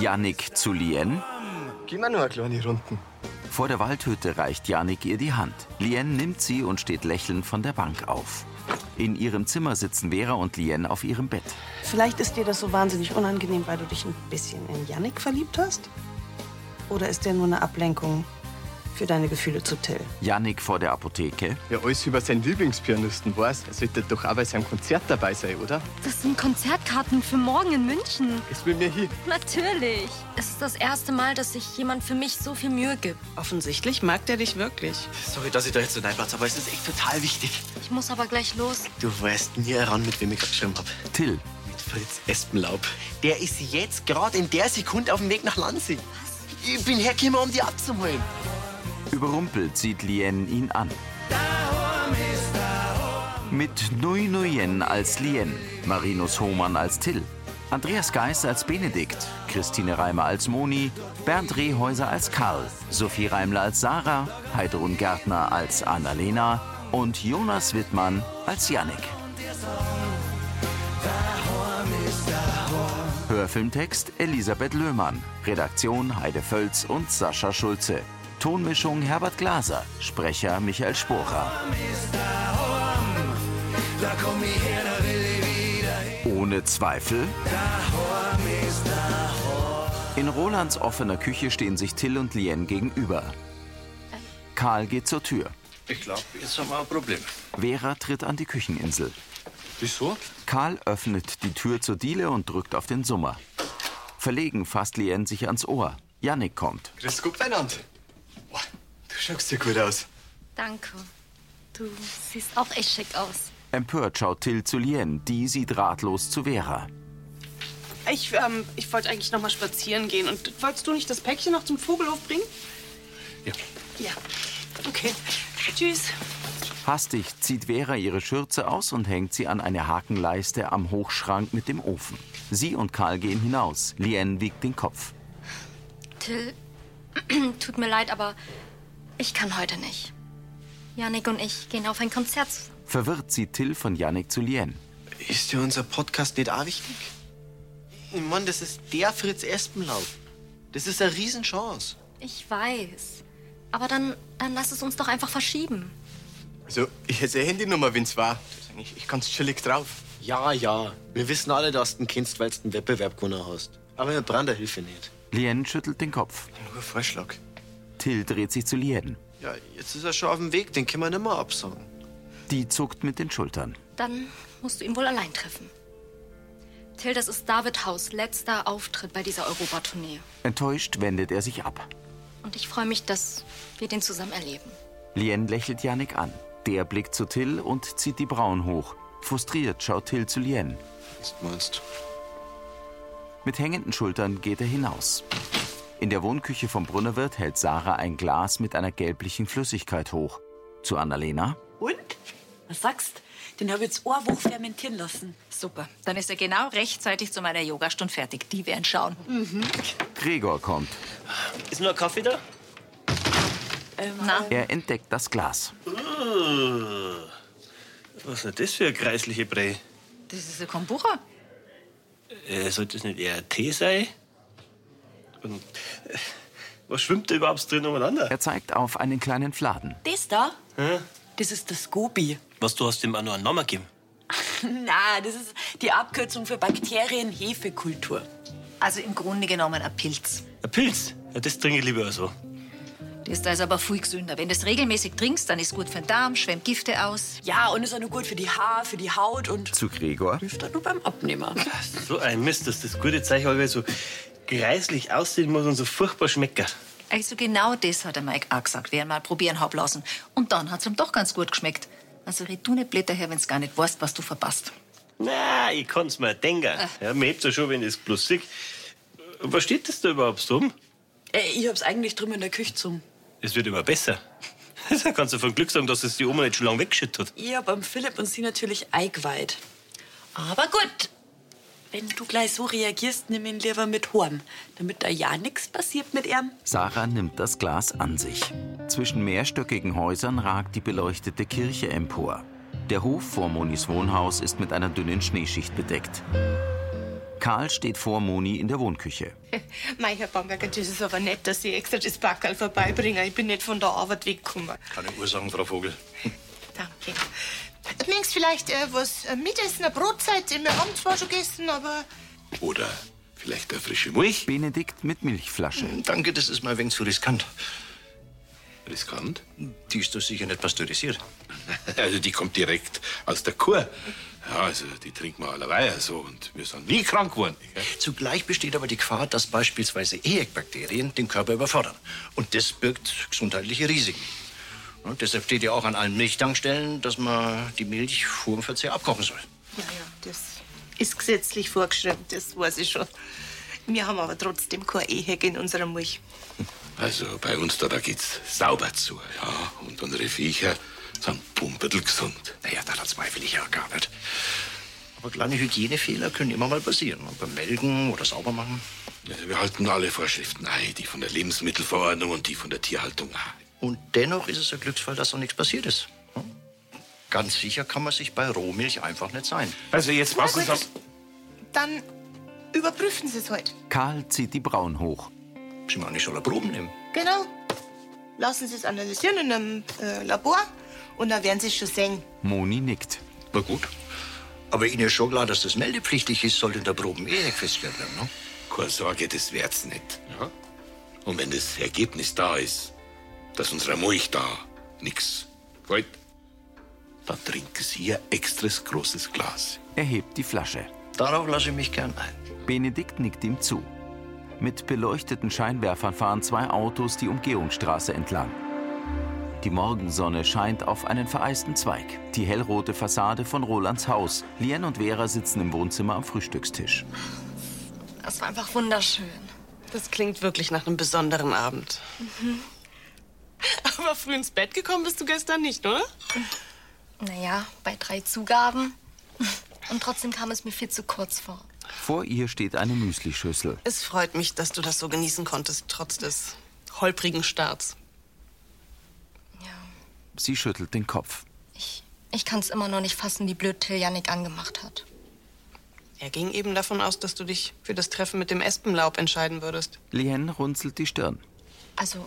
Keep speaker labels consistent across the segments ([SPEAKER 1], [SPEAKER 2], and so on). [SPEAKER 1] Yannick zu Lien.
[SPEAKER 2] Gehen wir nur eine kleine Runden.
[SPEAKER 1] Vor der Waldhütte reicht Janik ihr die Hand. Lien nimmt sie und steht lächelnd von der Bank auf. In ihrem Zimmer sitzen Vera und Lien auf ihrem Bett.
[SPEAKER 3] Vielleicht ist dir das so wahnsinnig unangenehm, weil du dich ein bisschen in Yannick verliebt hast? Oder ist der nur eine Ablenkung für deine Gefühle zu Till?
[SPEAKER 1] Janik vor der Apotheke.
[SPEAKER 2] Ja, alles über seinen Lieblingspianisten weiß. Er sollte doch auch bei seinem Konzert dabei sein, oder?
[SPEAKER 4] Das sind Konzertkarten für morgen in München.
[SPEAKER 2] Ist mit mir hier.
[SPEAKER 4] Natürlich. Es ist das erste Mal, dass sich jemand für mich so viel Mühe gibt.
[SPEAKER 3] Offensichtlich mag der dich wirklich.
[SPEAKER 5] Sorry, dass ich da jetzt so reinplatze, aber es ist echt total wichtig.
[SPEAKER 4] Ich muss aber gleich los.
[SPEAKER 5] Du weißt nie heran, mit wem ich gerade geschrieben habe.
[SPEAKER 1] Till.
[SPEAKER 5] Mit Fritz Espenlaub. Der ist jetzt gerade in der Sekunde auf dem Weg nach Lansing. Was? Ich bin hergekommen, um die abzuholen.
[SPEAKER 1] Überrumpelt sieht Lien ihn an. Mit Nui Nuyen als Lien, Marinus Hohmann als Till, Andreas Geis als Benedikt, Christine Reimer als Moni, Bernd Rehäuser als Karl, Sophie Reimler als Sarah, Heidrun Gärtner als Annalena und Jonas Wittmann als Jannik. Hörfilmtext Elisabeth Löhmann, Redaktion Heide Völz und Sascha Schulze. Tonmischung Herbert Glaser, Sprecher Michael Sporer. Ohne Zweifel. In Rolands offener Küche stehen sich Till und Lien gegenüber. Karl geht zur Tür.
[SPEAKER 6] Ich glaube, jetzt haben wir ein Problem.
[SPEAKER 1] Vera tritt an die Kücheninsel.
[SPEAKER 6] Wieso?
[SPEAKER 1] Karl öffnet die Tür zur Diele und drückt auf den Summer. Verlegen fasst Lien sich ans Ohr. Yannick kommt.
[SPEAKER 2] Grüß Gott, Weinand. Boah, du schaust dir gut aus.
[SPEAKER 4] Danke. Du siehst auch echt schick aus.
[SPEAKER 1] Empört schaut Till zu Lien. Die sieht ratlos zu Vera.
[SPEAKER 3] Ich, ähm, ich wollte eigentlich noch mal spazieren gehen. Und wolltest du nicht das Päckchen noch zum Vogelhof bringen?
[SPEAKER 6] Ja.
[SPEAKER 3] Ja. Okay. Tschüss.
[SPEAKER 1] Hastig zieht Vera ihre Schürze aus und hängt sie an eine Hakenleiste am Hochschrank mit dem Ofen. Sie und Karl gehen hinaus. Lien wiegt den Kopf.
[SPEAKER 4] Till, tut mir leid, aber ich kann heute nicht. Janik und ich gehen auf ein Konzert zusammen.
[SPEAKER 1] Verwirrt sieht Till von Yannick zu Lien.
[SPEAKER 5] Ist dir unser Podcast nicht auch wichtig? Ich meine, das ist der Fritz Espenlaub. Das ist eine Riesenchance.
[SPEAKER 4] Ich weiß. Aber dann, dann lass es uns doch einfach verschieben.
[SPEAKER 2] Also, ich hätte seine Handynummer, wenn's war. Ich, ich kann's chillig drauf.
[SPEAKER 5] Ja, ja. Wir wissen alle, dass du ihn kennst, weil du den Wettbewerb gewonnen hast. Aber wir brauchen der Hilfe nicht.
[SPEAKER 1] Lien schüttelt den Kopf.
[SPEAKER 2] Nur ein Vorschlag.
[SPEAKER 1] Till dreht sich zu Lien.
[SPEAKER 5] Ja, jetzt ist er schon auf dem Weg. Den können wir nicht mehr absagen.
[SPEAKER 1] Die zuckt mit den Schultern.
[SPEAKER 4] Dann musst du ihn wohl allein treffen. Till, das ist David Haus letzter Auftritt bei dieser Europatournee.
[SPEAKER 1] Enttäuscht wendet er sich ab.
[SPEAKER 4] Und ich freue mich, dass wir den zusammen erleben.
[SPEAKER 1] Lien lächelt Yannick an. Der blickt zu Till und zieht die Brauen hoch. Frustriert schaut Till zu Lien.
[SPEAKER 5] Was meinst
[SPEAKER 1] Mit hängenden Schultern geht er hinaus. In der Wohnküche vom Brunnerwirt hält Sarah ein Glas mit einer gelblichen Flüssigkeit hoch. Zu Annalena.
[SPEAKER 7] Und? Was sagst? Den habe ich jetzt eine Woche fermentieren lassen.
[SPEAKER 8] Super. Dann ist er genau rechtzeitig zu meiner Yogastunde fertig. Die werden schauen.
[SPEAKER 6] Mhm.
[SPEAKER 1] Gregor kommt.
[SPEAKER 5] Ist nur ein Kaffee da?
[SPEAKER 7] Ähm, äh,
[SPEAKER 8] Na,
[SPEAKER 1] Er entdeckt das Glas.
[SPEAKER 6] Ah. Was ist denn das für eine kreisliche Brei?
[SPEAKER 8] das ist ein Kombucha.
[SPEAKER 6] Äh, sollte das nicht eher ein Tee sein? Und äh, was schwimmt da überhaupt drin umeinander?
[SPEAKER 1] Er zeigt auf einen kleinen Fladen.
[SPEAKER 7] Das da? Das ist das Gobi.
[SPEAKER 6] Was, du hast dem auch noch einen Namen gegeben?
[SPEAKER 7] Na, das ist die Abkürzung für Bakterien-Hefekultur.
[SPEAKER 8] Also im Grunde genommen ein Pilz.
[SPEAKER 6] Ein Pilz? Ja, das trinke ich lieber so.
[SPEAKER 8] Das da ist also aber viel gesünder. Wenn du es regelmäßig trinkst, dann ist gut für den Darm, schwemmt Gifte aus.
[SPEAKER 7] Ja, Ah, und ist auch nur gut für die Haare, für die Haut und
[SPEAKER 1] Zu Gregor.
[SPEAKER 7] hilft auch nur beim Abnehmer.
[SPEAKER 6] So ein Mist, dass das gute Zeichen allweil so greislich aussehen muss und so furchtbar schmeckt.
[SPEAKER 8] Also genau das hat der Mike auch gesagt, wer ihn mal probieren hab lassen. Und dann hat's ihm doch ganz gut geschmeckt. Also red du nicht Blätter her, wenn's gar nicht weißt, was du verpasst.
[SPEAKER 6] Na, ich kann's mir denken. Ja, mir hebt's ja schon, wenn ich es bloß sieg. Was steht das da überhaupt drum?
[SPEAKER 7] äh, ich hab's eigentlich drum in der Küche zum.
[SPEAKER 6] Es wird immer besser. da kannst du von Glück sagen, dass es die Oma nicht schon lange weggeschüttet hat.
[SPEAKER 7] Ich hab am Philipp und sie natürlich eingeweiht.
[SPEAKER 8] Aber gut.
[SPEAKER 7] Wenn du gleich so reagierst, nimm ihn lieber mit Horn, damit da ja nichts passiert mit ihm.
[SPEAKER 1] Sarah nimmt das Glas an sich. Zwischen mehrstöckigen Häusern ragt die beleuchtete Kirche empor. Der Hof vor Monis Wohnhaus ist mit einer dünnen Schneeschicht bedeckt. Karl steht vor Moni in der Wohnküche.
[SPEAKER 9] Mei, Herr Bamberger, das ist aber nett, dass Sie extra das Backerl vorbeibringen. Ich bin nicht von der Arbeit weggekommen.
[SPEAKER 10] Keine Ursachen, Frau Vogel.
[SPEAKER 9] Danke. Mings vielleicht äh, was äh, Mitessen, eine Brotzeit. Wir haben zwar schon gegessen, aber
[SPEAKER 10] Oder vielleicht eine frische Milch?
[SPEAKER 1] Benedikt mit Milchflasche.
[SPEAKER 11] Hm,
[SPEAKER 10] Danke, das ist mir ein wenig zu riskant. Riskant? Die ist doch sicher nicht pasteurisiert. Also die kommt direkt aus der Kuh. Ja, also die trinken wir allerweil so und wir sind nie krank geworden.
[SPEAKER 11] Zugleich besteht aber die Gefahr, dass beispielsweise EHEC-Bakterien den Körper überfordern. Und das birgt gesundheitliche Risiken. Und deshalb steht ja auch an allen Milchtankstellen, dass man die Milch vor dem Verzehr abkochen soll.
[SPEAKER 9] naja, das ist gesetzlich vorgeschrieben, das weiß ich schon. Wir haben aber trotzdem kein Eheg in unserer Milch.
[SPEAKER 10] Also bei uns da, da geht's sauber zu. Ja, und unsere Viecher sind pumperl gesund.
[SPEAKER 11] Naja, daran zweifle ich ja gar nicht. Aber kleine Hygienefehler können immer mal passieren. Und beim Melken oder Saubermachen.
[SPEAKER 10] Also wir halten alle Vorschriften ein, die von der Lebensmittelverordnung und die von der Tierhaltung ein.
[SPEAKER 11] Und dennoch ist es ein Glücksfall, dass noch nichts passiert ist. Hm? Ganz sicher kann man sich bei Rohmilch einfach nicht sein.
[SPEAKER 10] Also jetzt
[SPEAKER 9] passen Sie auf. Dann überprüfen Sie es halt, heute.
[SPEAKER 1] Karl zieht die Brauen hoch.
[SPEAKER 11] Sie machen nicht schon Proben nehmen.
[SPEAKER 9] Genau. Lassen Sie es analysieren in einem äh, Labor und dann werden Sie es schon sehen.
[SPEAKER 1] Moni nickt.
[SPEAKER 11] Na gut. Aber Ihnen ist schon klar, dass das meldepflichtig ist, sollte in der Proben eh festgestellt werden, ne?
[SPEAKER 10] Keine Sorge, das wird's nicht. Ja? Und wenn das Ergebnis da ist, dass unsere Milch da nix wollt, dann trinken Sie ein extras großes Glas.
[SPEAKER 1] Er hebt die Flasche.
[SPEAKER 11] Darauf lasse ich mich gern ein.
[SPEAKER 1] Benedikt nickt ihm zu. Mit beleuchteten Scheinwerfern fahren zwei Autos die Umgehungsstraße entlang. Die Morgensonne scheint auf einen vereisten Zweig. Die hellrote Fassade von Rolands Haus. Lien und Vera sitzen im Wohnzimmer am Frühstückstisch.
[SPEAKER 4] Das war einfach wunderschön.
[SPEAKER 3] Das klingt wirklich nach einem besonderen Abend.
[SPEAKER 4] Mhm.
[SPEAKER 3] Aber früh ins Bett gekommen bist du gestern nicht, oder?
[SPEAKER 4] Naja, bei drei Zugaben. Und trotzdem kam es mir viel zu kurz vor.
[SPEAKER 1] Vor ihr steht eine Müslischüssel.
[SPEAKER 3] Es freut mich, dass du das so genießen konntest, trotz des holprigen Starts.
[SPEAKER 1] Sie schüttelt den Kopf.
[SPEAKER 4] Ich kann es immer noch nicht fassen, wie blöd Till Janik angemacht hat.
[SPEAKER 3] Er ging eben davon aus, dass du dich für das Treffen mit dem Espenlaub entscheiden würdest.
[SPEAKER 1] Lien runzelt die Stirn.
[SPEAKER 4] Also,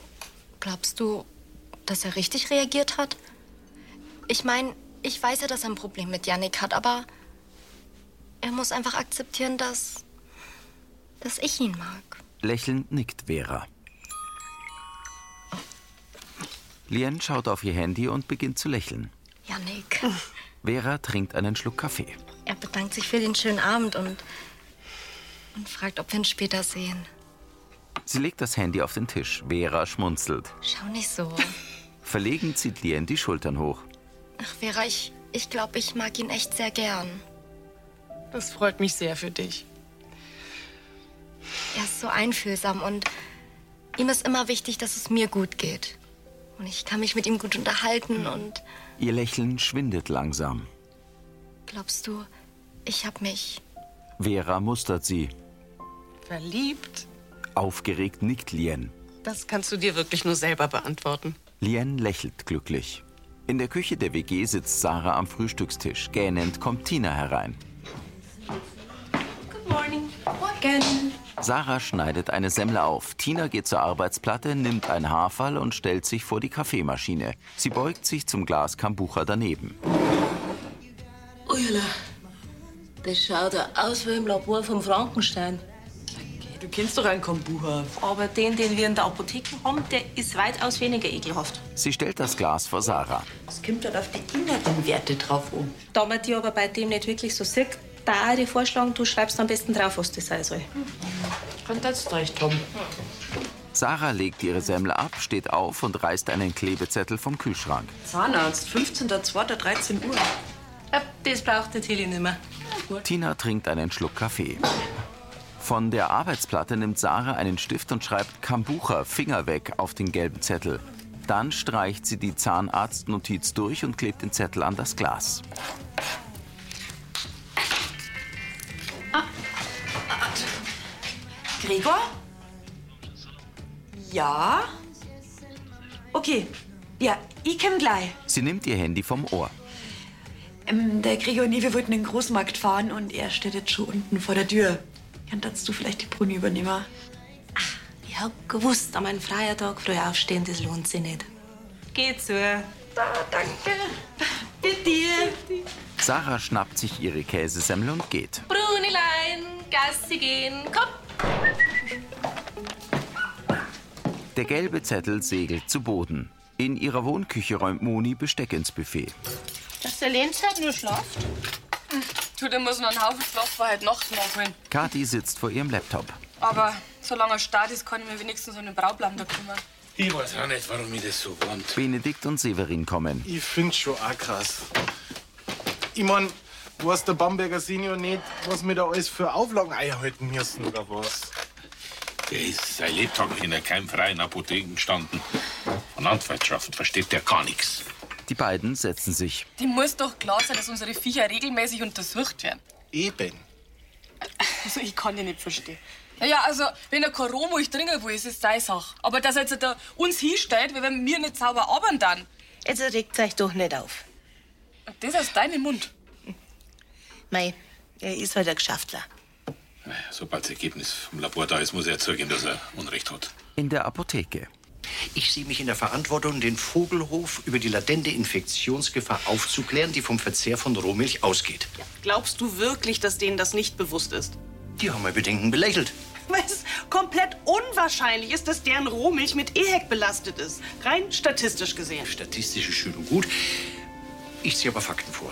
[SPEAKER 4] glaubst du, dass er richtig reagiert hat? Ich meine, ich weiß ja, dass er ein Problem mit Janik hat, aber er muss einfach akzeptieren, dass, dass ich ihn mag.
[SPEAKER 1] Lächelnd nickt Vera. Lien schaut auf ihr Handy und beginnt zu lächeln.
[SPEAKER 4] Janik,
[SPEAKER 1] Vera trinkt einen Schluck Kaffee.
[SPEAKER 4] er bedankt sich für den schönen Abend und, und fragt, ob wir uns später sehen.
[SPEAKER 1] Sie legt das Handy auf den Tisch. Vera schmunzelt.
[SPEAKER 4] Schau nicht so.
[SPEAKER 1] Verlegen zieht Lien die Schultern hoch.
[SPEAKER 4] Ach, Vera, ich, ich glaube, ich mag ihn echt sehr gern.
[SPEAKER 3] Das freut mich sehr für dich.
[SPEAKER 4] Er ist so einfühlsam und ihm ist immer wichtig, dass es mir gut geht. Und ich kann mich mit ihm gut unterhalten und
[SPEAKER 1] Ihr Lächeln schwindet langsam.
[SPEAKER 4] glaubst du, ich hab mich.
[SPEAKER 1] Vera mustert sie.
[SPEAKER 3] Verliebt?
[SPEAKER 1] Aufgeregt nickt Lien.
[SPEAKER 3] Das kannst du dir wirklich nur selber beantworten.
[SPEAKER 1] Lien lächelt glücklich. In der Küche der WG sitzt Sarah am Frühstückstisch. Gähnend kommt Tina herein.
[SPEAKER 9] Good morning. Morgen.
[SPEAKER 1] Sarah schneidet eine Semmel auf. Tina geht zur Arbeitsplatte, nimmt ein Haarfall und stellt sich vor die Kaffeemaschine. Sie beugt sich zum Glas Kambucha daneben.
[SPEAKER 12] Ujala, das schaut ja aus wie im Labor vom Frankenstein.
[SPEAKER 13] Du kennst doch einen Kombucha.
[SPEAKER 12] Aber den, den wir in der Apotheke haben, der ist weitaus weniger ekelhaft.
[SPEAKER 1] Sie stellt das Glas vor Sarah.
[SPEAKER 12] Es kommt halt auf die inneren
[SPEAKER 13] Werte drauf um.
[SPEAKER 12] Da man die aber bei dem nicht wirklich so sieht, da auch die vorschlagen, du schreibst am besten drauf, was das sein soll.
[SPEAKER 13] Kann das recht haben.
[SPEAKER 1] Sarah legt ihre Semmel ab, steht auf und reißt einen Klebezettel vom Kühlschrank.
[SPEAKER 13] Zahnarzt, 15.02.13 Uhr.
[SPEAKER 12] Ja, das braucht der Tilly nicht mehr.
[SPEAKER 1] Tina trinkt einen Schluck Kaffee. Von der Arbeitsplatte nimmt Sarah einen Stift und schreibt Kambucha Finger weg auf den gelben Zettel. Dann streicht sie die Zahnarztnotiz durch und klebt den Zettel an das Glas.
[SPEAKER 7] Gregor?
[SPEAKER 13] Ja? Okay. Ja, ich komm gleich.
[SPEAKER 1] Sie nimmt ihr Handy vom Ohr.
[SPEAKER 13] Ähm, der Gregor und ich, wir wollten in den Großmarkt fahren und er steht jetzt schon unten vor der Tür. Kannst du vielleicht die Bruni übernehmen?
[SPEAKER 9] Ah, Ich hab gewusst, an meinem freien Tag früh aufstehen, das lohnt sich nicht. Geh zu. Da, danke. Bitte.
[SPEAKER 1] Sarah schnappt sich ihre Käsesemmel und geht.
[SPEAKER 12] Brunilein, Gassi gehen, komm!
[SPEAKER 1] Der gelbe Zettel segelt zu Boden. In ihrer Wohnküche räumt Moni Besteck ins Buffet.
[SPEAKER 14] Dass der Lenz halt nur schlaft? Hm, Du, der muss noch einen Haufen Schlafwahrheit nachts nachholen.
[SPEAKER 1] Kathi sitzt vor ihrem Laptop.
[SPEAKER 14] Aber solange er stark ist, kann ich mir wenigstens um den Braublander kümmern.
[SPEAKER 10] Ich weiß auch nicht, warum ich das so wand.
[SPEAKER 1] Benedikt und Severin kommen.
[SPEAKER 15] Ich finde schon auch krass. Ich mein, weiß der Bamberger Senior nicht, was wir da alles für Auflagen einhalten müssen, oder was?
[SPEAKER 10] Der ist sein Lebtag in der keimfreien Apotheke gestanden. An Landwirtschaft versteht der gar nichts.
[SPEAKER 1] Die beiden setzen sich.
[SPEAKER 14] Dem muss doch klar sein, dass unsere Viecher regelmäßig untersucht werden.
[SPEAKER 15] Eben.
[SPEAKER 14] Also, ich kann den nicht verstehen. Naja, also, wenn er kein Rohmilch trinken will, ist es seine Sache. Aber dass er jetzt da uns hinstellt, wie wenn wir nicht sauber arbeiten dann.
[SPEAKER 9] Jetzt regt euch doch nicht auf.
[SPEAKER 14] Und das aus deinem Mund.
[SPEAKER 9] Mei, er ist halt ein Geschäftler.
[SPEAKER 10] Sobald das Ergebnis vom Labor da ist, muss er erzeugen, dass er Unrecht hat.
[SPEAKER 1] In der Apotheke.
[SPEAKER 11] Ich sehe mich in der Verantwortung, den Vogelhof über die latente Infektionsgefahr aufzuklären, die vom Verzehr von Rohmilch ausgeht.
[SPEAKER 3] Glaubst du wirklich, dass denen das nicht bewusst ist?
[SPEAKER 11] Die haben mein Bedenken belächelt.
[SPEAKER 3] Weil es komplett unwahrscheinlich ist, dass deren Rohmilch mit EHEC belastet ist. Rein statistisch gesehen.
[SPEAKER 11] Statistisch ist schön und gut. Ich ziehe aber Fakten vor.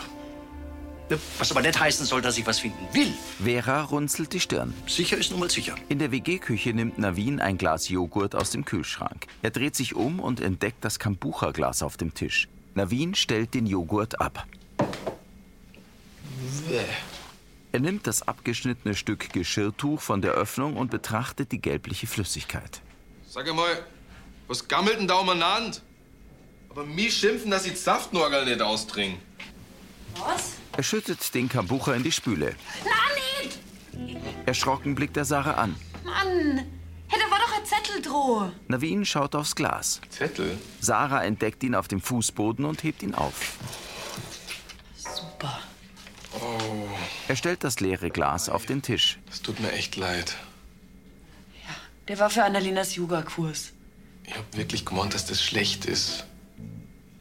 [SPEAKER 11] Was aber nicht heißen soll, dass ich was finden will.
[SPEAKER 1] Vera runzelt die Stirn.
[SPEAKER 11] Sicher ist nun mal sicher.
[SPEAKER 1] In der WG-Küche nimmt Navin ein Glas Joghurt aus dem Kühlschrank. Er dreht sich um und entdeckt das Kambucha-Glas auf dem Tisch. Navin stellt den Joghurt ab. Er nimmt das abgeschnittene Stück Geschirrtuch von der Öffnung und betrachtet die gelbliche Flüssigkeit.
[SPEAKER 16] Sag mal, was gammelt denn da umeinander? Aber mich schimpfen, dass ich Saftnorgel nicht austrinke.
[SPEAKER 14] Was?
[SPEAKER 1] Er schüttet den Kambucha in die Spüle.
[SPEAKER 13] Na nicht!
[SPEAKER 1] Erschrocken blickt er Sarah an.
[SPEAKER 13] Mann! Hey, da war doch ein Zettel droh.
[SPEAKER 1] Navin schaut aufs Glas.
[SPEAKER 10] Zettel?
[SPEAKER 1] Sarah entdeckt ihn auf dem Fußboden und hebt ihn auf.
[SPEAKER 13] Super.
[SPEAKER 10] Oh,
[SPEAKER 1] Er stellt das leere Glas auf den Tisch.
[SPEAKER 10] es tut mir echt leid.
[SPEAKER 13] Der war für Annalinas Yogakurs.
[SPEAKER 16] Ich hab wirklich gemeint, dass das schlecht ist.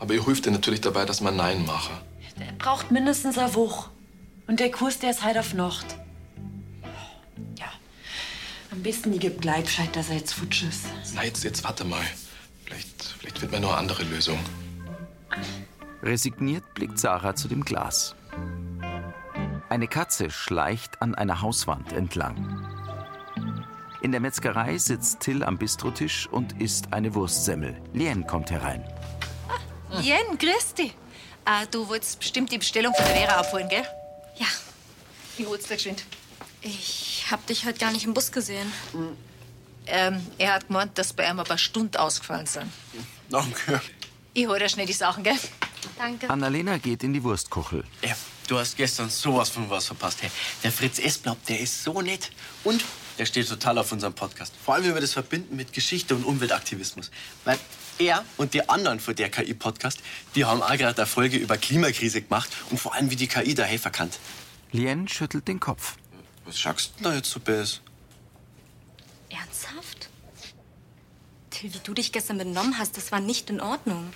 [SPEAKER 16] Aber ihr hilft dir natürlich dabei, dass man Nein mache.
[SPEAKER 13] Der braucht mindestens eine Woche. Und der Kurs, der ist halt auf Nacht. Ja. Am besten, ich geb gleich Bescheid, dass er jetzt futsch ist.
[SPEAKER 16] Na, jetzt, jetzt warte mal. Vielleicht, vielleicht wird mir noch eine andere Lösung.
[SPEAKER 1] Resigniert blickt Sarah zu dem Glas. Eine Katze schleicht an einer Hauswand entlang. In der Metzgerei sitzt Till am Bistrotisch und isst eine Wurstsemmel. Lien kommt herein.
[SPEAKER 12] Ah.
[SPEAKER 8] Jen, grüß dich. Ah, du wolltest bestimmt die Bestellung von der Vera abholen, gell?
[SPEAKER 4] Ja.
[SPEAKER 8] Ich hol's dir geschwind.
[SPEAKER 4] Ich hab dich heute gar nicht im Bus gesehen.
[SPEAKER 8] Hm. Ähm, er hat gemeint, dass bei ihm ein paar Stunden ausgefallen sind.
[SPEAKER 10] Danke.
[SPEAKER 8] Ich hol dir schnell die Sachen, gell? Danke.
[SPEAKER 1] Annalena geht in die Wurstkuchel.
[SPEAKER 5] Ja, du hast gestern sowas von was verpasst. Hey, der Fritz Esblaub, der ist so nett. Und der steht total auf unserem Podcast. Vor allem über das Verbinden mit Geschichte und Umweltaktivismus. Weil er und die anderen von der KI-Podcast, die haben auch gerade eine Folge über Klimakrise gemacht und vor allem, wie die KI da helfen kann.
[SPEAKER 1] Lien schüttelt den Kopf.
[SPEAKER 5] Was schaust du denn da jetzt so böse?
[SPEAKER 4] Ernsthaft? Till, wie du dich gestern benommen hast, das war nicht in Ordnung.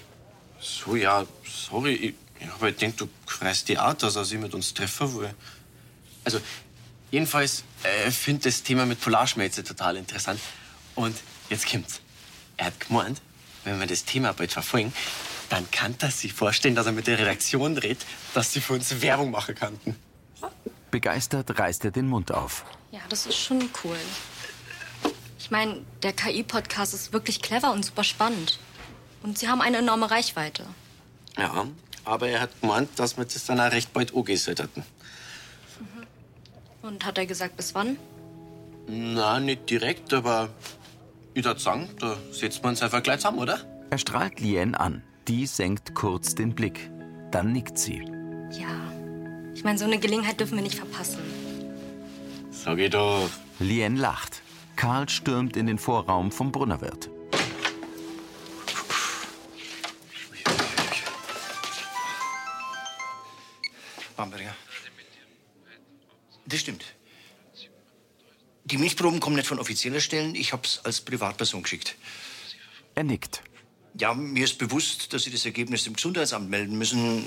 [SPEAKER 5] So, ja, sorry. Ich, ich hab halt gedacht, du kreist die Art, dass er sie mit uns treffen will. Also, jedenfalls äh, finde das Thema mit Polarschmelze total interessant. Und jetzt kommt's. Er hat gemeint, wenn wir das Thema bald verfolgen, dann kann das sich vorstellen, dass er mit der Redaktion redet, dass sie für uns Werbung machen könnten.
[SPEAKER 1] Begeistert reißt er den Mund auf.
[SPEAKER 4] Ja, das ist schon cool. Ich meine, der KI-Podcast ist wirklich clever und super spannend. Und sie haben eine enorme Reichweite.
[SPEAKER 5] Ja, aber er hat gemeint, dass wir das dann auch recht bald angehen sollten.
[SPEAKER 4] Und hat er gesagt, bis wann?
[SPEAKER 5] Na, nicht direkt, aber ich würde sagen, da setzen wir uns einfach gleich zusammen, oder?
[SPEAKER 1] Er strahlt Lien an. Die senkt kurz den Blick. Dann nickt sie.
[SPEAKER 4] Ja. Ich meine, so eine Gelegenheit dürfen wir nicht verpassen.
[SPEAKER 5] Sag ich doch.
[SPEAKER 1] Lien lacht. Karl stürmt in den Vorraum vom Brunnerwirt.
[SPEAKER 11] Bamberger. Das stimmt. Die Milchproben kommen nicht von offizieller Stellen. Ich hab's als Privatperson geschickt.
[SPEAKER 1] Er nickt.
[SPEAKER 11] Ja, mir ist bewusst, dass Sie das Ergebnis dem Gesundheitsamt melden müssen.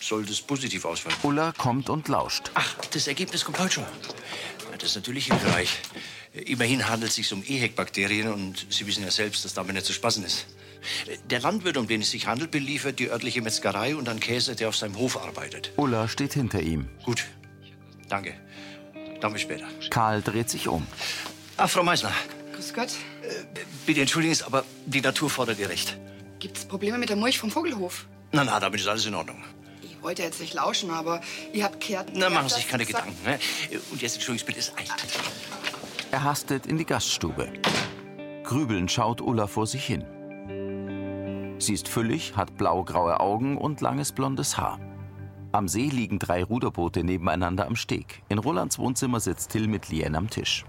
[SPEAKER 11] Sollte es positiv ausfallen.
[SPEAKER 1] Ulla kommt und lauscht.
[SPEAKER 11] Ach, das Ergebnis kommt heute schon. Ja, Das ist natürlich hilfreich. Immerhin handelt es sich um EHEC-Bakterien und Sie wissen ja selbst, dass damit nicht zu spaßen ist. Der Landwirt, um den es sich handelt, beliefert die örtliche Metzgerei und einen Käse, der auf seinem Hof arbeitet.
[SPEAKER 1] Ulla steht hinter ihm.
[SPEAKER 11] Gut, danke. Dann bis später.
[SPEAKER 1] Karl dreht sich um.
[SPEAKER 11] Ah, Frau Meisner,
[SPEAKER 17] Grüß Gott.
[SPEAKER 11] bitte entschuldigen Sie, aber die Natur fordert Ihr Recht.
[SPEAKER 17] Gibt's Probleme mit der Mulch vom Vogelhof?
[SPEAKER 11] Na, na, damit ist alles in Ordnung.
[SPEAKER 17] Ich wollte jetzt nicht lauschen, aber ihr habt kehrt.
[SPEAKER 11] Na, machen Sie sich
[SPEAKER 17] das-
[SPEAKER 11] keine
[SPEAKER 17] das-
[SPEAKER 11] Gedanken. Ne? Und jetzt entschuldigen Sie bitte, es eilt.
[SPEAKER 1] Er hastet in die Gaststube. Grübelnd schaut Ulla vor sich hin. Sie ist füllig, hat blaugraue Augen und langes blondes Haar. Am See liegen drei Ruderboote nebeneinander am Steg. In Rolands Wohnzimmer sitzt Till mit Lien am Tisch.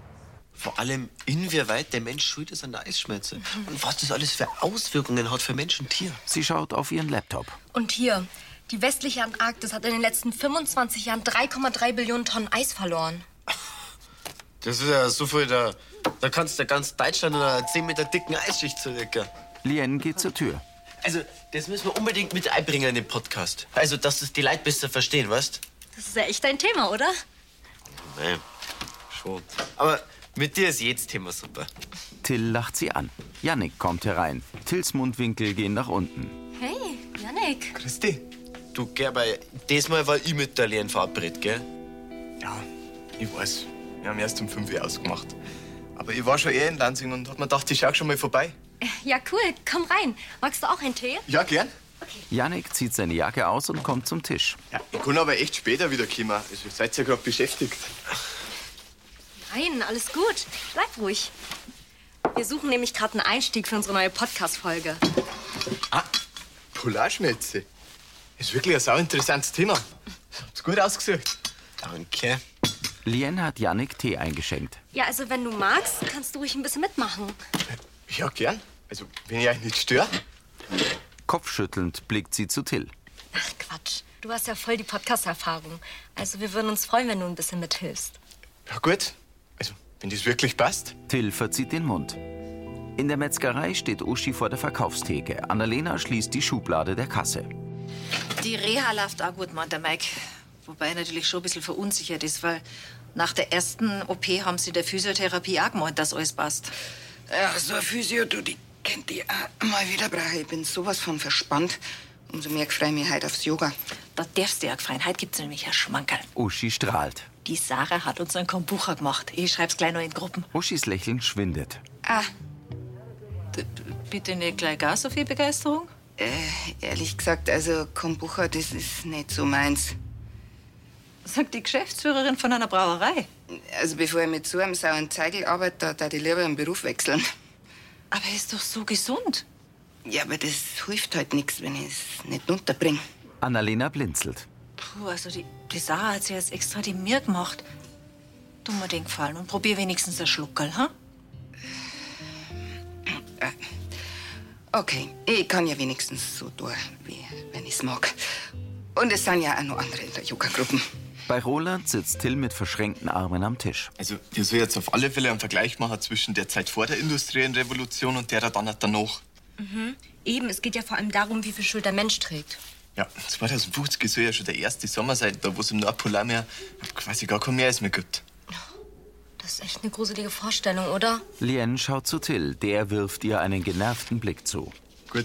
[SPEAKER 18] Vor allem, inwieweit der Mensch schuld ist an der Eisschmelze. Und was das alles für Auswirkungen hat für Mensch und Tier.
[SPEAKER 1] Sie schaut auf ihren Laptop.
[SPEAKER 4] Und hier, die westliche Antarktis hat in den letzten 25 Jahren 3,3 Billionen Tonnen Eis verloren.
[SPEAKER 5] Das ist ja so viel, da, da kannst du ganz Deutschland in einer 10 Meter dicken Eisschicht zurück.
[SPEAKER 1] Lien geht zur Tür.
[SPEAKER 5] Also, das müssen wir unbedingt mit einbringen in den Podcast. Also, dass das die Leute besser verstehen, weißt
[SPEAKER 4] Das ist ja echt dein Thema, oder?
[SPEAKER 5] du? Nein, schon. Aber mit dir ist jedes Thema super.
[SPEAKER 1] Till lacht sie an. Yannick kommt herein. Tills Mundwinkel gehen nach unten.
[SPEAKER 4] Hey, Yannick.
[SPEAKER 5] Christi. Du, Gerber, diesmal war ich mit der Lien verabredet, gell?
[SPEAKER 16] Ja, ich weiß. Wir haben erst um 5 Uhr ausgemacht. Aber ich war schon eh in Lansing und hab mir gedacht, ich schau schon mal vorbei.
[SPEAKER 4] Ja, cool. Komm rein. Magst du auch einen Tee?
[SPEAKER 16] Ja, gern.
[SPEAKER 1] Yannick zieht seine Jacke aus und kommt zum Tisch.
[SPEAKER 16] Ich kann aber echt später wieder kommen. Also, ihr seid ja gerade beschäftigt.
[SPEAKER 4] Nein, alles gut. Bleib ruhig. Wir suchen nämlich gerade einen Einstieg für unsere neue Podcast-Folge.
[SPEAKER 16] Polarschmelze. Ist wirklich ein sau interessantes Thema. Habt's gut ausgesucht.
[SPEAKER 5] Danke.
[SPEAKER 1] Lien hat Yannick Tee eingeschenkt.
[SPEAKER 4] Ja, also wenn du magst, kannst du ruhig ein bisschen mitmachen.
[SPEAKER 16] Ja, gern. Also, wenn ich euch nicht störe.
[SPEAKER 1] Kopfschüttelnd blickt sie zu Till.
[SPEAKER 4] Quatsch. Du hast ja voll die Podcast-Erfahrung. Also wir würden uns freuen, wenn du ein bisschen mithilfst.
[SPEAKER 16] Ja, gut. Also, wenn das wirklich passt.
[SPEAKER 1] Till verzieht den Mund. In der Metzgerei steht Uschi vor der Verkaufstheke. Annalena schließt die Schublade der Kasse.
[SPEAKER 8] Die Reha läuft auch gut, meint der Mike. Wobei er natürlich schon ein bisschen verunsichert ist, weil nach der ersten OP haben sie in der Physiotherapie auch gemeint, dass alles passt.
[SPEAKER 17] Ja, so ein Physio, du, die kennt die auch mal wieder brauche. Ich bin sowas von verspannt. Umso mehr freue ich mich heute aufs Yoga.
[SPEAKER 8] Da darfst du ja gefreien. Heute gibt's nämlich ein Schmankerl.
[SPEAKER 1] Uschi strahlt.
[SPEAKER 8] Die Sarah hat uns einen Kombucha gemacht. Ich schreib's gleich noch in Gruppen.
[SPEAKER 1] Uschis Lächeln schwindet.
[SPEAKER 8] Ah. Bitte nicht gleich gar so viel Begeisterung.
[SPEAKER 17] Äh, ehrlich gesagt, also Kombucha, das ist nicht so meins.
[SPEAKER 8] Sagt die Geschäftsführerin von einer Brauerei.
[SPEAKER 17] Also bevor ich mit so einem sauren Zeigel arbeite, da darf ich lieber im Beruf wechseln.
[SPEAKER 8] Aber ist doch so gesund.
[SPEAKER 17] Ja, aber das hilft halt nichts, wenn ich es nicht unterbringe.
[SPEAKER 1] Annalena blinzelt.
[SPEAKER 8] Puh, also die, die Sarah hat sich jetzt extra die Mir gemacht. Tu mir den Gefallen und probier wenigstens einen Schluckerl, ha?
[SPEAKER 17] Okay, ich kann ja wenigstens so tun, wie wenn ich es mag. Und es sind ja auch noch andere in der Yoga-Gruppe.
[SPEAKER 1] Bei Roland sitzt Till mit verschränkten Armen am Tisch.
[SPEAKER 16] Also, ich soll jetzt auf alle Fälle einen Vergleich machen zwischen der Zeit vor der industriellen Revolution und der dann halt danach.
[SPEAKER 4] Mhm. Eben, es geht ja vor allem darum, wie viel Schuld der Mensch trägt.
[SPEAKER 16] Ja, 2050 soll ja schon der erste Sommer sein, da wo es im Nordpolarmeer quasi gar kein Meereis mehr gibt.
[SPEAKER 4] Das ist echt eine gruselige Vorstellung, oder?
[SPEAKER 1] Lien schaut zu Till. Der wirft ihr einen genervten Blick zu.
[SPEAKER 16] Gut,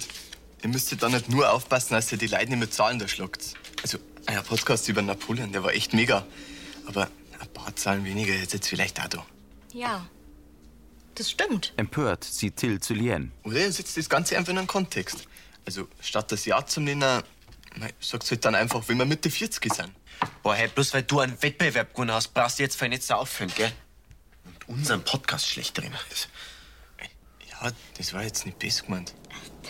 [SPEAKER 16] ihr müsstet dann nicht nur aufpassen, dass ihr die Leute nicht mit Zahlen da schlagt. Also, euer Podcast über Napoleon, der war echt mega. Aber ein paar Zahlen weniger hätte jetzt vielleicht auch da.
[SPEAKER 4] Ja. Das stimmt.
[SPEAKER 1] Empört sieht Till zu Lien.
[SPEAKER 16] Oder ihr setzt das Ganze einfach in einen Kontext. Also, statt das Jahr zu nennen, mei, sagt's halt dann einfach, wenn wir Mitte 40 sind.
[SPEAKER 5] Boah, hey, bloß weil du einen Wettbewerb gewonnen hast, brauchst du jetzt für nicht so aufhören, gell? Und unseren Podcast schlecht reden.
[SPEAKER 16] Ja, das war jetzt nicht besser gemeint.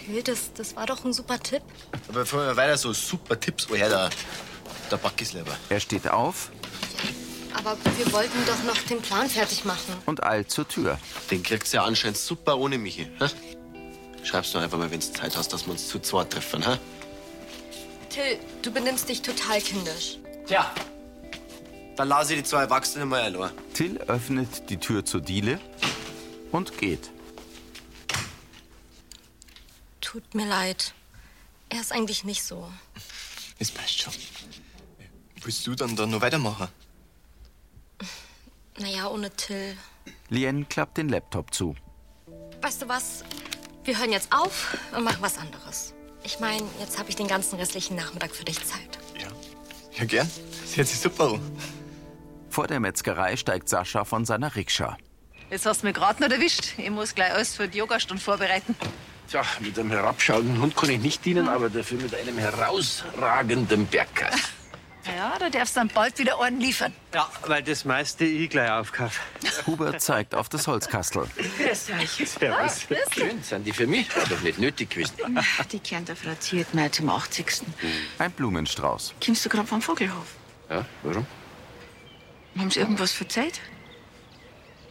[SPEAKER 4] Till, das, das war doch ein super Tipp.
[SPEAKER 5] Aber bevor wir weiter so super Tipps, woher da der Back ist lieber.
[SPEAKER 1] Er steht auf
[SPEAKER 4] Aber wir wollten doch noch den Plan fertig machen.
[SPEAKER 1] und eilt zur Tür.
[SPEAKER 5] Den kriegst du ja anscheinend super ohne Michi. Hä? Schreib's doch einfach mal, wenn's Zeit hast, dass wir uns zu zweit treffen. Hä?
[SPEAKER 4] Till, du benimmst dich total kindisch.
[SPEAKER 5] Tja,
[SPEAKER 19] Dann lasse ich die zwei Erwachsenen mal allein.
[SPEAKER 1] Till öffnet die Tür zur Diele und geht.
[SPEAKER 4] Tut mir leid. Er ist eigentlich nicht so.
[SPEAKER 20] Das passt schon. Willst du dann, dann noch weitermachen?
[SPEAKER 4] Naja, ohne Till.
[SPEAKER 1] Lien klappt den Laptop zu.
[SPEAKER 4] Weißt du was? Wir hören jetzt auf und machen was anderes. Ich meine, jetzt habe ich den ganzen restlichen Nachmittag für dich Zeit.
[SPEAKER 20] Ja, gern. Das hört sich super an.
[SPEAKER 1] Vor der Metzgerei steigt Sascha von seiner Rikscha.
[SPEAKER 8] Jetzt hast du mich gerade noch erwischt. Ich muss gleich alles für die Yogastunde vorbereiten.
[SPEAKER 5] Tja, mit einem herabschauenden Hund kann ich nicht dienen, aber dafür mit einem herausragenden Bergkasten.
[SPEAKER 8] Ja, da darfst du dann bald wieder einen liefern.
[SPEAKER 6] Ja, weil das meiste ich gleich aufkaufe.
[SPEAKER 1] Hubert zeigt auf das Holzkastel.
[SPEAKER 8] Grüß euch.
[SPEAKER 5] Servus. Schön, sind die für mich? War doch nicht nötig gewesen.
[SPEAKER 21] Die Kärntner fratiert mir zum 80.
[SPEAKER 1] Hm. Ein Blumenstrauß.
[SPEAKER 21] Kommst du gerade vom Vogelhof?
[SPEAKER 5] Ja, warum?
[SPEAKER 21] Haben sie irgendwas verzeiht?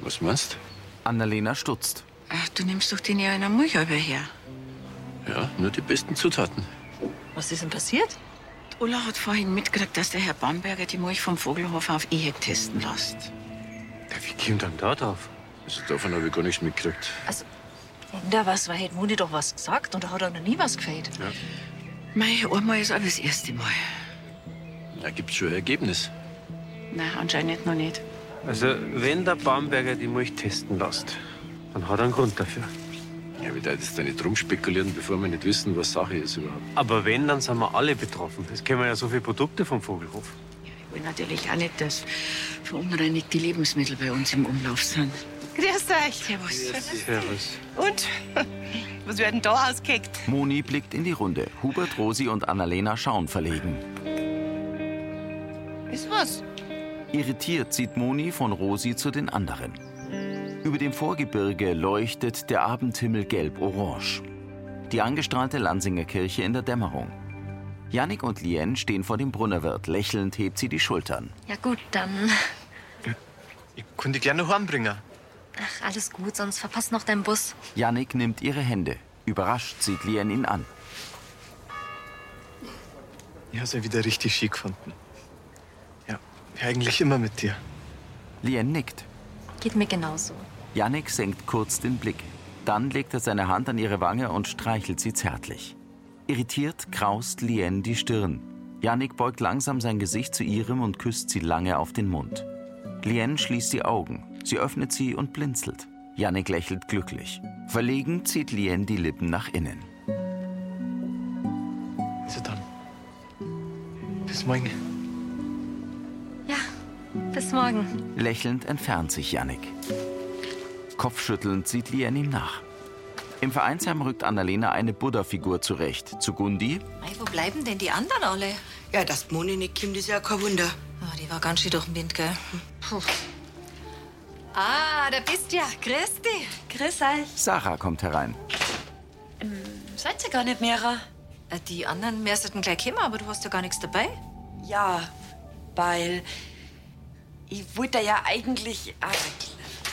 [SPEAKER 5] Was meinst
[SPEAKER 1] Annalena stutzt.
[SPEAKER 21] Ach, Äh, du nimmst doch den ja in der Milch über her.
[SPEAKER 5] du? Ja, nur die besten Zutaten.
[SPEAKER 21] Was ist denn passiert? Ulla hat vorhin mitgekriegt, dass der Herr Bamberger die Milch vom Vogelhof auf Ehe testen lässt.
[SPEAKER 5] Wie kommt denn da drauf? Also davon habe ich gar nichts mitgekriegt.
[SPEAKER 8] Also,
[SPEAKER 21] Da was, weil hätte Moni doch was gesagt und da hat er noch nie was gefällt.
[SPEAKER 5] Ja.
[SPEAKER 21] Mei, einmal ist alles das erste Mal.
[SPEAKER 5] Da gibt es schon ein Ergebnis.
[SPEAKER 21] Na, anscheinend noch nicht.
[SPEAKER 6] Also, wenn der Bamberger die Milch testen lässt, dann hat er einen Grund dafür.
[SPEAKER 5] Ja, wir da jetzt da nicht rumspekulieren, bevor wir nicht wissen, was Sache ist überhaupt.
[SPEAKER 6] Aber wenn, dann sind wir alle betroffen. Es kennen ja so viele Produkte vom Vogelhof.
[SPEAKER 21] Ich will natürlich auch nicht, dass verunreinigte Lebensmittel bei uns im Umlauf sind.
[SPEAKER 3] Grüß euch. Servus.
[SPEAKER 1] Servus.
[SPEAKER 3] Und? Was werden da ausgeheckt?
[SPEAKER 1] Moni blickt in die Runde. Hubert, Rosi und Annalena schauen verlegen.
[SPEAKER 3] Ist was?
[SPEAKER 1] Irritiert sieht Moni von Rosi zu den anderen. Über dem Vorgebirge leuchtet der Abendhimmel gelb-orange. Die angestrahlte Lansinger Kirche in der Dämmerung. Jannik und Lien stehen vor dem Brunnerwirt. Lächelnd hebt sie die Schultern.
[SPEAKER 4] Ja gut, dann.
[SPEAKER 20] Könnte ich gerne heimbringen.
[SPEAKER 4] Ach, alles gut, sonst verpasst noch deinen Bus.
[SPEAKER 1] Jannik nimmt ihre Hände. Überrascht sieht Lien ihn an.
[SPEAKER 20] Ich hab's ja wieder richtig schick gefunden. Ja, wie eigentlich immer mit dir.
[SPEAKER 1] Lien nickt.
[SPEAKER 4] Geht mir genauso.
[SPEAKER 1] Jannik senkt kurz den Blick. Dann legt er seine Hand an ihre Wange und streichelt sie zärtlich. Irritiert kraust Lien die Stirn. Jannik beugt langsam sein Gesicht zu ihrem und küsst sie lange auf den Mund. Lien schließt die Augen. Sie öffnet sie und blinzelt. Jannik lächelt glücklich. Verlegen zieht Lien die Lippen nach innen.
[SPEAKER 20] Also dann. Bis morgen.
[SPEAKER 4] Ja, bis morgen.
[SPEAKER 1] Lächelnd entfernt sich Jannik. Kopfschüttelnd sieht Lien ihm nach. Im Vereinsheim rückt Annalena eine Buddha-Figur zurecht. Zu Gundi,
[SPEAKER 8] Mei, wo bleiben denn die anderen alle?
[SPEAKER 3] Ja, dass die Moni nicht kommt, ist ja kein Wunder.
[SPEAKER 8] Ah, die war ganz schön durch den Wind, gell? Ah, da bist ja. Grüß dich.
[SPEAKER 13] Grüß euch.
[SPEAKER 1] Sarah kommt herein.
[SPEAKER 13] Seid ihr gar nicht mehrer?
[SPEAKER 8] Äh, Die anderen mehr sollten gleich kommen, aber du hast ja gar nichts dabei.
[SPEAKER 13] Ja, weil ich wollte ja eigentlich. Ah,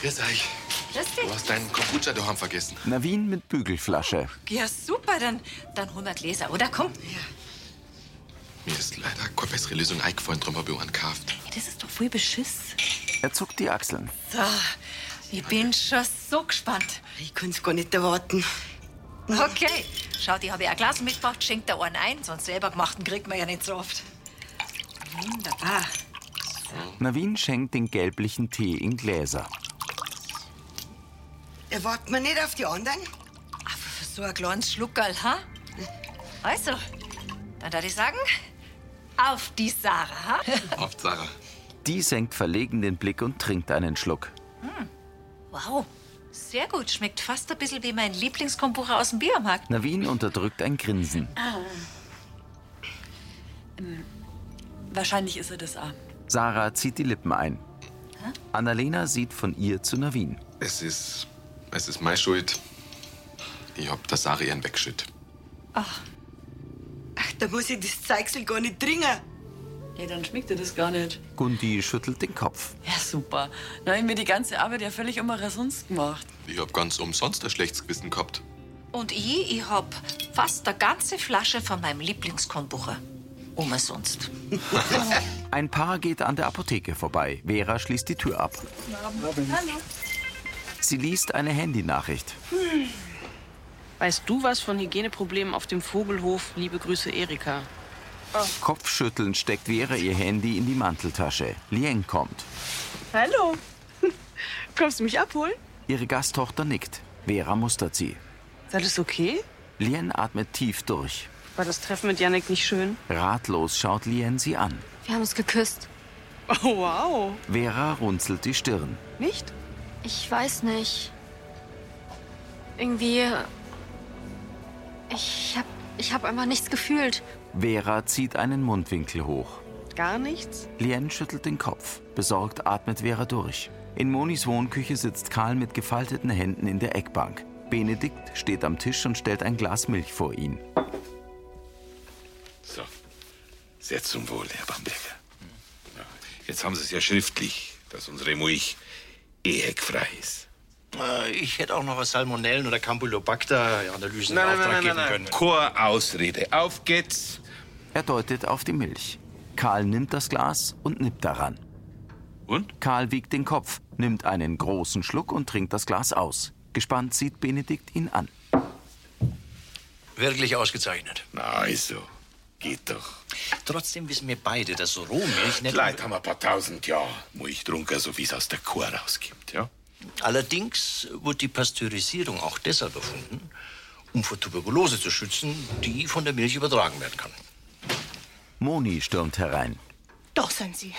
[SPEAKER 16] Grüß euch.
[SPEAKER 8] Grüß
[SPEAKER 16] Du hast deinen Kombucha daheim vergessen.
[SPEAKER 1] Navin mit Bügelflasche.
[SPEAKER 8] Ja, super, dann, dann holen wir Gläser, oder? Komm.
[SPEAKER 16] Mir ist leider keine bessere Lösung eingefallen, drum habe ich einen gekauft.
[SPEAKER 8] Das ist doch voll Beschiss.
[SPEAKER 1] Er zuckt die Achseln.
[SPEAKER 8] So, ich bin schon so gespannt.
[SPEAKER 3] Ich kann's gar nicht erwarten.
[SPEAKER 8] Okay. Schau, die habe ich ein Glas mitgebracht, schenkt da einen ein, sonst selber gemachten kriegt man ja nicht so oft. Wunderbar.
[SPEAKER 1] Navin schenkt den gelblichen Tee in Gläser.
[SPEAKER 3] Erwartet man nicht auf die anderen?
[SPEAKER 8] Für so ein kleines Schluckerl, ha? Also, dann würde ich sagen, auf die Sarah, ha?
[SPEAKER 16] Oft, Sarah.
[SPEAKER 1] Die senkt verlegen den Blick und trinkt einen Schluck.
[SPEAKER 8] Hm. Wow, sehr gut. Schmeckt fast ein bisschen wie mein Lieblingskombucha aus dem Biomarkt.
[SPEAKER 1] Navin unterdrückt ein Grinsen.
[SPEAKER 13] Ähm, Wahrscheinlich ist er das auch.
[SPEAKER 1] Sarah zieht die Lippen ein. Annalena sieht von ihr zu Navin.
[SPEAKER 16] Es ist. Es ist meine Schuld. Ich hab der Sarah ihren weggeschüttet.
[SPEAKER 3] Ach, da muss ich das Zeichsel gar nicht dringen.
[SPEAKER 13] Ja, dann schmeckt dir das gar nicht.
[SPEAKER 1] Gundi schüttelt den Kopf.
[SPEAKER 13] Ja, super. Na, ich hab mir die ganze Arbeit ja völlig immer sonst gemacht.
[SPEAKER 16] Ich hab ganz umsonst ein schlechtes Gewissen gehabt.
[SPEAKER 8] Und ich, ich hab fast eine ganze Flasche von meinem Lieblingskombucha. umsonst.
[SPEAKER 1] Ein Paar geht an der Apotheke vorbei. Vera schließt die Tür ab.
[SPEAKER 8] Hallo.
[SPEAKER 1] Sie liest eine Handynachricht.
[SPEAKER 2] Weißt du was von Hygieneproblemen auf dem Vogelhof? Liebe Grüße, Erika.
[SPEAKER 1] Kopfschüttelnd steckt Vera ihr Handy in die Manteltasche. Lien kommt.
[SPEAKER 2] Hallo. Kommst du mich abholen?
[SPEAKER 1] Ihre Gasttochter nickt. Vera mustert sie.
[SPEAKER 2] Ist alles okay?
[SPEAKER 1] Lien atmet tief durch.
[SPEAKER 2] War das Treffen mit Yannick nicht schön?
[SPEAKER 1] Ratlos schaut Lien sie an.
[SPEAKER 2] Wir haben uns geküsst. Oh, wow.
[SPEAKER 1] Vera runzelt die Stirn.
[SPEAKER 2] Nicht?
[SPEAKER 4] Ich weiß nicht. Irgendwie. äh, Ich hab, ich hab einfach nichts gefühlt.
[SPEAKER 1] Vera zieht einen Mundwinkel hoch.
[SPEAKER 2] Gar nichts?
[SPEAKER 1] Lien schüttelt den Kopf. Besorgt atmet Vera durch. In Monis Wohnküche sitzt Karl mit gefalteten Händen in der Eckbank. Benedikt steht am Tisch und stellt ein Glas Milch vor ihn.
[SPEAKER 10] So. Sehr zum Wohl, Herr Bamberger. Ja, Jetzt haben Sie es ja schriftlich, dass unsere Mulch ehegfrei ist.
[SPEAKER 11] Äh, Ich hätte auch noch was Salmonellen oder Campylobacter-Analysen in Auftrag geben können.
[SPEAKER 10] Keine Ausrede. Auf geht's.
[SPEAKER 1] Er deutet auf die Milch. Karl nimmt das Glas und nippt daran. Und? Karl wiegt den Kopf, nimmt einen großen Schluck und trinkt das Glas aus. Gespannt sieht Benedikt ihn an.
[SPEAKER 11] Wirklich ausgezeichnet.
[SPEAKER 10] Na, ist so. Geht doch.
[SPEAKER 11] Trotzdem wissen wir beide, dass Rohmilch nicht...
[SPEAKER 10] Leid haben wir ein paar tausend Jahre, wo ich trunken, so wie es aus der Kuh rauskommt, ja?
[SPEAKER 11] Allerdings wurde die Pasteurisierung auch deshalb erfunden, um vor Tuberkulose zu schützen, die von der Milch übertragen werden kann.
[SPEAKER 1] Moni stürmt herein.
[SPEAKER 6] Doch sind sie.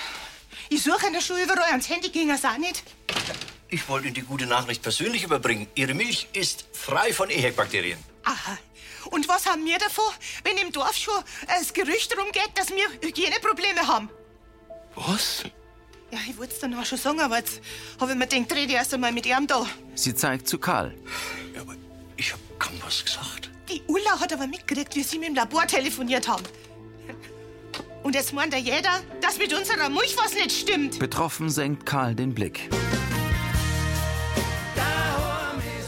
[SPEAKER 6] Ich suche in der Schule überall, ans Handy ging es auch nicht.
[SPEAKER 11] Ich wollte Ihnen die gute Nachricht persönlich überbringen. Ihre Milch ist frei von Ehebakterien.
[SPEAKER 6] Aha. Und was haben wir davon, wenn im Dorf schon äh, das Gerücht rumgeht, dass wir Hygieneprobleme haben?
[SPEAKER 10] Was?
[SPEAKER 6] Ja, ich wollte es dann auch schon sagen, aber jetzt habe ich mir gedacht, rede ich erst einmal mit ihm da.
[SPEAKER 1] Sie zeigt zu Karl.
[SPEAKER 11] Kaum was gesagt.
[SPEAKER 6] Die Ulla hat aber mitgekriegt, wie sie mit dem Labor telefoniert haben. Und jetzt meint ja jeder, dass mit unserer Milch was nicht stimmt.
[SPEAKER 1] Betroffen senkt Karl den Blick.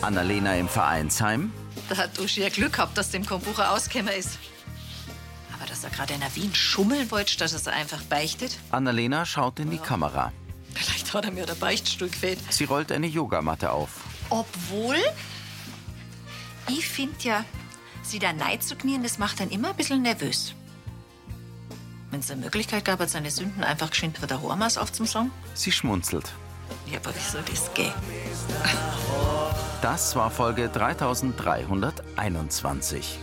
[SPEAKER 1] Annalena im Vereinsheim.
[SPEAKER 8] Da hat Uschi ja Glück gehabt, dass dem Kombucher ausgekommen ist. Aber dass er gerade in der Wien schummeln wollte, statt dass er einfach beichtet,
[SPEAKER 1] Annalena schaut in die Kamera.
[SPEAKER 8] vielleicht hat er mir der Beichtstuhl gefehlt.
[SPEAKER 1] Sie rollt eine Yogamatte auf.
[SPEAKER 8] Obwohl, ich finde ja, sie da neid zu knien, das macht dann immer ein bisschen nervös. Wenn es eine Möglichkeit gab, hat seine Sünden einfach geschwind wieder Hormas aufzusagen.
[SPEAKER 1] Sie schmunzelt.
[SPEAKER 8] Ja, aber wieso das geht?
[SPEAKER 1] Das war Folge 3321.